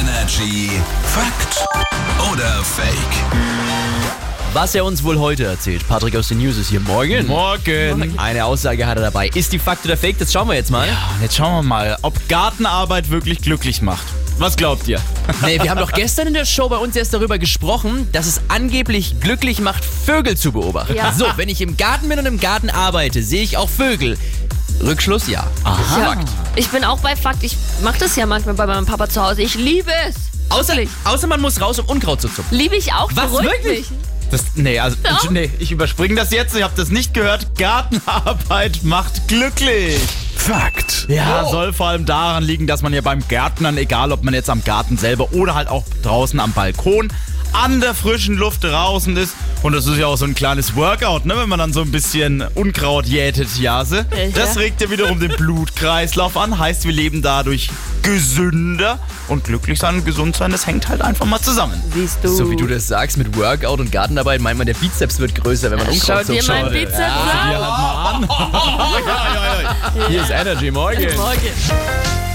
Energy Fakt oder Fake? Was er uns wohl heute erzählt, Patrick aus den News ist hier morgen. Morgen. Eine Aussage hat er dabei. Ist die Fakt oder Fake? Das schauen wir jetzt mal. Und jetzt schauen wir mal, ob Gartenarbeit wirklich glücklich macht. Was glaubt ihr? Nee, wir haben doch gestern in der Show bei uns erst darüber gesprochen, dass es angeblich glücklich macht, Vögel zu beobachten. Ja. So, wenn ich im Garten bin und im Garten arbeite, sehe ich auch Vögel. Rückschluss ja. Ja. Ich bin auch bei Fakt. Ich mache das ja manchmal bei meinem Papa zu Hause. Ich liebe es. Außer, außer man muss raus, um Unkraut zu zupfen. Liebe ich auch. Was, Verrückt wirklich? mich. Das, nee, also Doch. nee, ich überspringe das jetzt. Ich habe das nicht gehört. Gartenarbeit macht glücklich. Fakt. Ja, soll vor allem daran liegen, dass man ja beim Gärtnern, egal ob man jetzt am Garten selber oder halt auch draußen am Balkon, an der frischen Luft draußen ist. Und das ist ja auch so ein kleines Workout, ne? wenn man dann so ein bisschen Unkraut jätet, Jase. Ja. Das regt ja wiederum den Blutkreislauf an, heißt wir leben dadurch gesünder. Und glücklich sein und gesund sein, das hängt halt einfach mal zusammen. Siehst du. So wie du das sagst, mit Workout und Gartenarbeit meint man, der Bizeps wird größer, wenn man Schau Unkraut dir zupft. meinen Bizeps Ah. an. Hier halt mal an. Hier ist Energy Morgen. Morgen.